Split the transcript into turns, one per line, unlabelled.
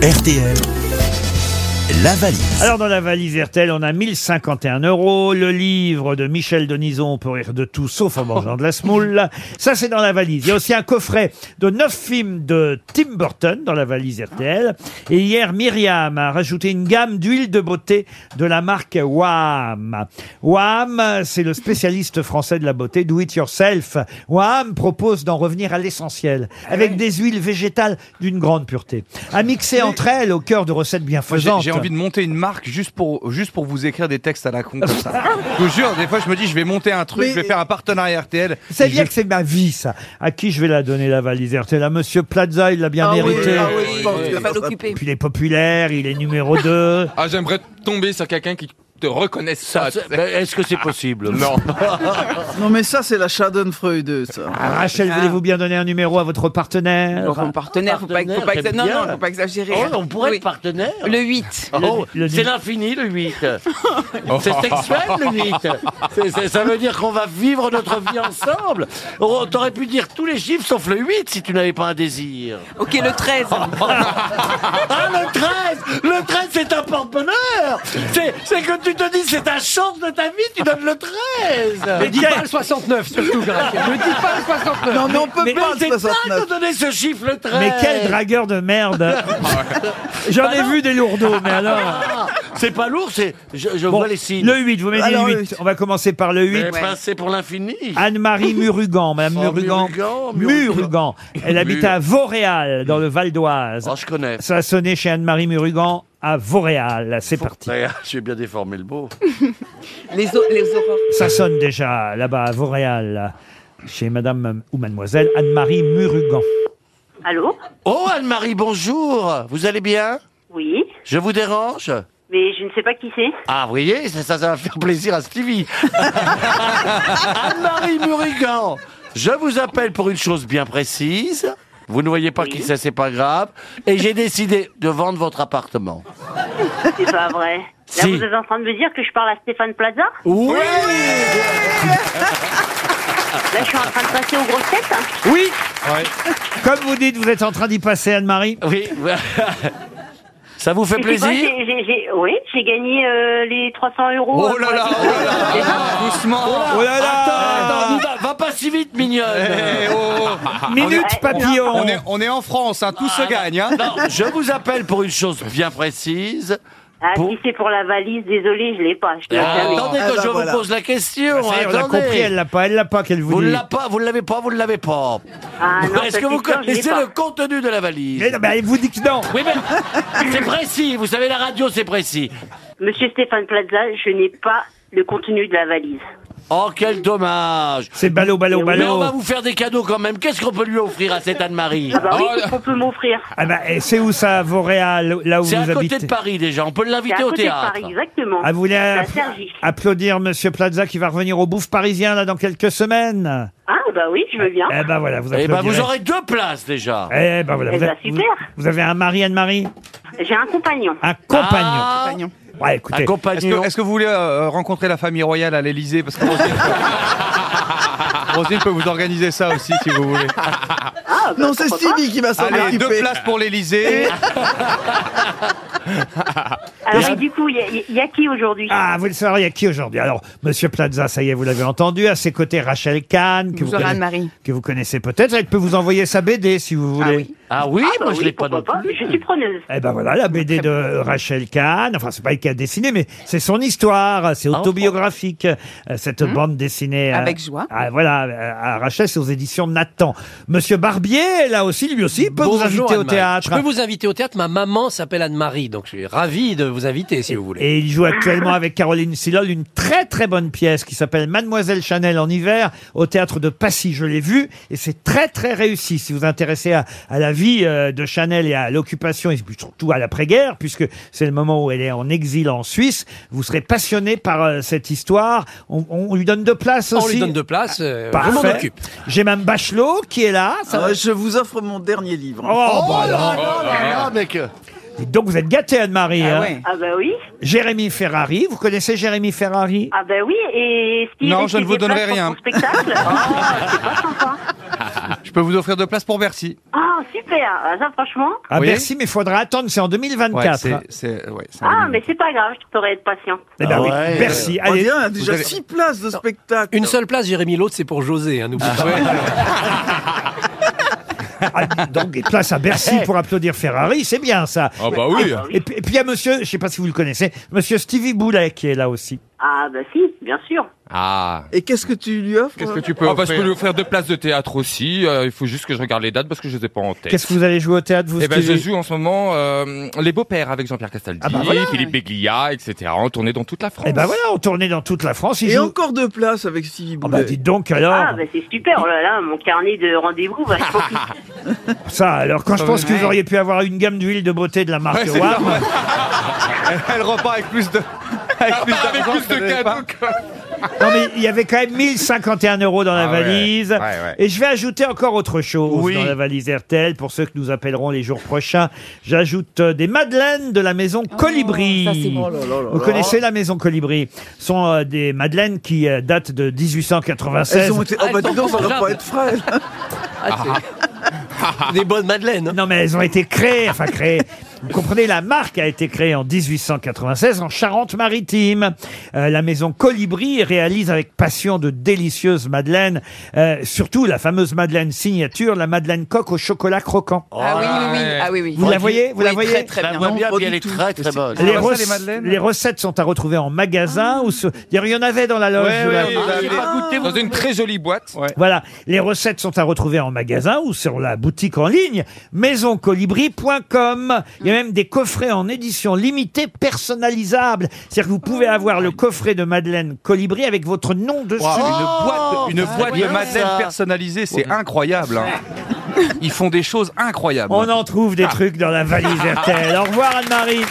RTL, la valise.
Alors dans la valise RTL, on a 1051 euros, le livre de Michel Denison, on peut rire de tout sauf en mangeant de la semoule. Ça c'est dans la valise. Il y a aussi un coffret de 9 films de Tim Burton dans la valise RTL. Et hier, Myriam a rajouté une gamme d'huile de beauté de la marque Wam. Wam, c'est le spécialiste français de la beauté, do it yourself. Wam propose d'en revenir à l'essentiel,
Ah
avec des huiles végétales d'une grande pureté. À mixer entre elles au cœur de recettes
Moi, j'ai-
bienfaisantes.
J'ai envie de monter une marque juste pour, juste pour vous écrire des textes à la con comme ça. Je vous jure, des fois je me dis je vais monter un truc,
Mais-
je vais faire un partenariat RTL.
C'est
Je-
bien que c'est ma vie, ça. À qui je vais la donner, la valise RTL À Monsieur Plaza, il l'a bien
Ah
Ah
mérité. Puis il est populaire, il est numéro 2.
Ah, j'aimerais tomber sur quelqu'un qui te reconnaisse ça. tu sais.
Est-ce que c'est possible
Non.
Non mais ça c'est la Schadenfreude ça.
Ah, Rachel,
Ah.
voulez-vous bien donner un numéro à votre partenaire
Mon partenaire, faut pas, faut pas
Partenaire,
exa- non,
j'aime bien.
non, faut pas exagérer. hein.
Oh, on pourrait
Oui.
être partenaire.
Le 8.
Oh,
le- Oh. le-
c'est l'infini, le 8. C'est sexuel, le 8. C'est- c'est- ça veut dire qu'on va vivre notre vie ensemble. On t'aurait pu dire tous les chiffres sauf le 8 si tu n'avais pas un désir.
Ok, le 13.
Ah, le 13 Le 13, c'est un porte-bonheur C'est c'est que tu te dis, c'est ta chance de ta vie, tu donnes le 13
Mais dis pas le
69, surtout, Ne dis pas le 69
Non mais on peut
mais-
pas le
c'est dingue
69.
de donner ce chiffre, le 13
Mais quel dragueur de merde J'en ai vu des lourdeaux, mais alors...
Ah, C'est pas lourd, c'est... Je, je
Bon,
vois les signes.
le 8, vous mettez
Alors,
le
le
8.
huit.
On va commencer par le 8.
Mais ben, c'est pour l'infini
Ah, Anne-Marie Murugan, Madame
Oh,
Murugan.
Murugan, Murugan.
Murugan. Elle habite à Vauréal, dans le Val d'Oise.
Oh, je connais.
Ça a sonné chez Anne-Marie Murugan à Vauréal. C'est parti.
Ouais, J'ai bien déformé le beau.
les, au- les aurores.
Ça sonne déjà là-bas à Vauréal, chez Madame ou Mademoiselle Anne-Marie Murugan.
Allô
Oh, Anne-Marie, bonjour Vous allez bien
Oui,
Je vous dérange
mais je ne sais pas qui c'est.
Ah, vous voyez, ça, ça, ça va faire plaisir à Stevie. Anne-Marie Murigan, je vous appelle pour une chose bien précise. Vous ne voyez pas qui c'est, c'est pas grave. Et j'ai décidé de vendre votre appartement.
C'est pas vrai. Là,
Si.
vous êtes en train de me dire que je parle à Stéphane Plaza
Oui
Là, je suis en train de passer aux grosses têtes. hein.
Oui Comme vous dites, vous êtes en train d'y passer, Anne-Marie.
Oui. Ça vous fait
Je sais pas,
plaisir
j'ai- j'ai- j'ai- Oui, j'ai gagné euh, les 300 euros. euh,
Oh là là, oh là là, doucement.
Oh là là
Ah, Attends, attends, va pas si vite, mignonne.
Eh, oh, oh.
Minute papillon
On est, on est en France, hein, tout se gagne. Hein.
Non, je vous appelle pour une chose bien précise.
Ah,
Bon.
si c'est pour la valise, désolé, je l'ai pas. Je te le savais.
attendez
Ah
que
bah
je
voilà.
vous pose la question.
Ça y est, On l'a
attendez.
compris, elle l'a pas, elle l'a pas qu'elle vous
Vous
dit.
l'avez pas, vous l'avez pas, vous ne l'avez pas.
Ah, non,
Est-ce
ça,
que
c'est
vous
sûr, je l'ai
connaissez
pas.
le contenu de la valise
Mais non, mais elle vous dit que non
Oui, mais c'est précis. Vous savez, la radio, c'est précis.
Monsieur Stéphane Plaza, je n'ai pas le contenu de la valise.
Oh, quel dommage.
C'est ballot, ballot,
Mais on va
ballot
vous faire des cadeaux quand même. Qu'est-ce qu'on peut lui offrir à cette Anne-Marie
Ah bah oui,
Oh
c'est
là-
qu'on peut m'offrir.
Ah bah, et c'est où ça, à Vauréal, là où vous
C'est à côté de
habitez
Paris déjà. On peut
C'est à
l'inviter au
côté de
théâtre.
Paris, exactement.
ah, vous voulez
C'est à
app-
Cergy.
applaudir Monsieur Plaza qui va revenir au bouffe parisien là dans quelques semaines.
Ah bah oui, je veux bien.
Eh ben voilà, vous
Eh ben, vous
applaudirez.
aurez deux places déjà.
Eh ben voilà,
Eh
vous,
ben,
avez-
super.
vous- vous avez un mari Anne-Marie, ben.
J'ai un compagnon.
un compagnon.
Ah,
Ouais, écoutez,
un
Est-ce que,
compagnon.
est-ce que vous voulez euh, rencontrer la famille royale à l'Elysée Parce que Rosine... Rosine peut vous organiser ça aussi si vous voulez.
Ah, bah,
Non c'est
pourquoi pas.
Stevie qui va s'en
Allez, deux
occuper.
places pour l'Elysée.
Alors, et du coup, il y a- il y, a qui aujourd'hui
Eh ben. Ah, vous le savez, il y a qui aujourd'hui Alors, Monsieur Plaza, ça y est, vous l'avez entendu. À ses côtés, Rachel Kahn, que, vous,
Bonjour,
connaissez-
Anne-Marie.
que vous connaissez peut-être. Elle peut vous envoyer sa BD, si vous voulez.
Ah oui,
Ah, bah
moi je
oui,
l'ai pas non
pourquoi
plus.
Je suis preneuse.
Eh ben voilà, la BD de Rachel Kahn. Enfin, c'est pas elle qui a dessiné, mais c'est son histoire. C'est autobiographique, euh, cette bande dessinée. euh,
Hmm. Avec joie.
Ah, voilà, euh, à Rachel, c'est aux éditions Nathan. Monsieur Barbier, là aussi, lui aussi, peut vous inviter au théâtre.
Je peux vous inviter au théâtre. Ma maman s'appelle Anne-Marie, donc je suis ravi de vous inviter si vous voulez.
Et il joue actuellement avec Caroline Silol une très très bonne pièce qui s'appelle Mademoiselle Chanel en hiver au théâtre de Passy. Je l'ai vue et c'est très très réussi. Si vous vous intéressez à, à la vie euh, de Chanel et à l'occupation et surtout à l'après-guerre, puisque c'est le moment où elle est en exil en Suisse, vous serez passionné par euh, cette histoire. On, on lui donne de place aussi.
On lui donne de place, euh, je m'en
Parfait.
occupe.
J'ai même Bachelot qui est là. Ça va-
Euh, je vous offre mon dernier livre.
Oh, bah alors.
Ah, mec.
Dites Donc vous êtes gâté Anne-Marie. hein.
Ah ouais.
Ah bah oui.
Jérémy Ferrari, vous connaissez Jérémy Ferrari
Ah bah oui, et Steve
Non,
et
je ne
ses
vous donnerai rien.
déplacements pour Spectacle. Ah, c'est pas sympa.
Je
Je peux vous offrir deux places pour Bercy.
Ah, super. Ah, Ça, franchement.
Ah,
Oui.
merci, mais il faudra attendre, c'est en
Ouais,
2024.
c'est- c'est- ouais, c'est un
Ah,
demi-
mais c'est pas grave, je pourrais être patient.
hein. Eh ben
Ah
oui,
ouais.
Bercy.
On
Allez,
dirait déjà
avez-
six places de spectacle.
Une seule place, Jérémy, l'autre, c'est pour José, hein, n'oublie pas.
ah, donc place à Bercy pour applaudir Ferrari, c'est bien ça.
Ah bah oui.
Et puis, et puis il y a monsieur, je sais pas si vous le connaissez, monsieur Stevie Boulet qui est là aussi.
Ah, bah si, bien sûr.
Ah.
Et qu'est-ce que tu lui offres
Qu'est-ce que tu peux
Ah bah je
offrir
peux lui offrir deux places de théâtre aussi. euh, il faut juste que je regarde les dates parce que je les ai pas en tête.
Qu'est-ce que vous allez jouer au théâtre, vous
Eh ben, je
Stevie
joue en ce moment euh, Les Beaux-Pères avec Jean-Pierre Castaldi,
Ah bah voilà.
Philippe Béglia, etc. en tournée dans toute la France.
Eh ben voilà, on tournait dans toute la France. Il
Et
joue...
encore deux places avec Stevie
Ah bah
Boulet.
dites donc alors,
Ah, bah c'est super. Oh là là, mon carnet de rendez-vous va être rempli.
ça alors quand je pense que vous auriez pu avoir une gamme d'huile de beauté de la marque
Ouais, c'est
War,
normal. Elle- Elle repart avec plus de. Ah, Avec plus,
Avec
d'argent
plus
qu'elle
de
avait pas.
cadeaux que-
non mais il y avait quand même 1051 euros dans la
Ah ouais,
valise.
ouais, ouais.
Et je vais ajouter encore autre chose
Oui.
dans la valise RTL pour ceux que nous appellerons les jours prochains. J'ajoute euh, des madeleines de la maison Colibri.
Oh, ça, c'est bon. Oh
Vous connaissez la maison Colibri Ce sont euh, des madeleines qui euh, datent de 1896.
Elles ont été. Oh
Elles
bah
sont
dis donc, ça doit pas
conservables.
être frais.
Ah, c'est- Des bonnes madeleines. hein.
Non, mais elles ont été créées, enfin créées. Vous comprenez, la marque a été créée en 1896 en Charente-Maritime. Euh, la maison Colibri réalise avec passion de délicieuses madeleines, euh, surtout la fameuse madeleine signature, la madeleine coque au chocolat croquant.
Ah oui, oui, oui. Ah oui, oui.
Vous la voyez Vous la
Oui,
voyez
Très, très
La
bien.
voit Oh, bien,
pas
puis
du
elle est
tout.
très très bonne.
les,
Ah, bah, ça,
rec-
les madeleines Ah.
les recettes sont à retrouver en magasin ou sur- D'ailleurs, il y en avait dans la loge.
Ouais,
de la-
ouais, on a amené-
Ah,
Dans une très jolie boîte.
Voilà, les recettes sont à retrouver en magasin ou sur la boutique en ligne maisoncolibri.com. Il y a même des coffrets en édition limitée personnalisables. C'est-à-dire que vous pouvez avoir le coffret de Madeleine Colibri avec votre nom dessus.
Waouh, une boîte, une
ça
boîte de
voyait ça.
madeleine personnalisée, c'est incroyable. hein. Ils font des choses incroyables.
On en trouve des trucs dans la valise RTL. Au revoir Anne-Marie.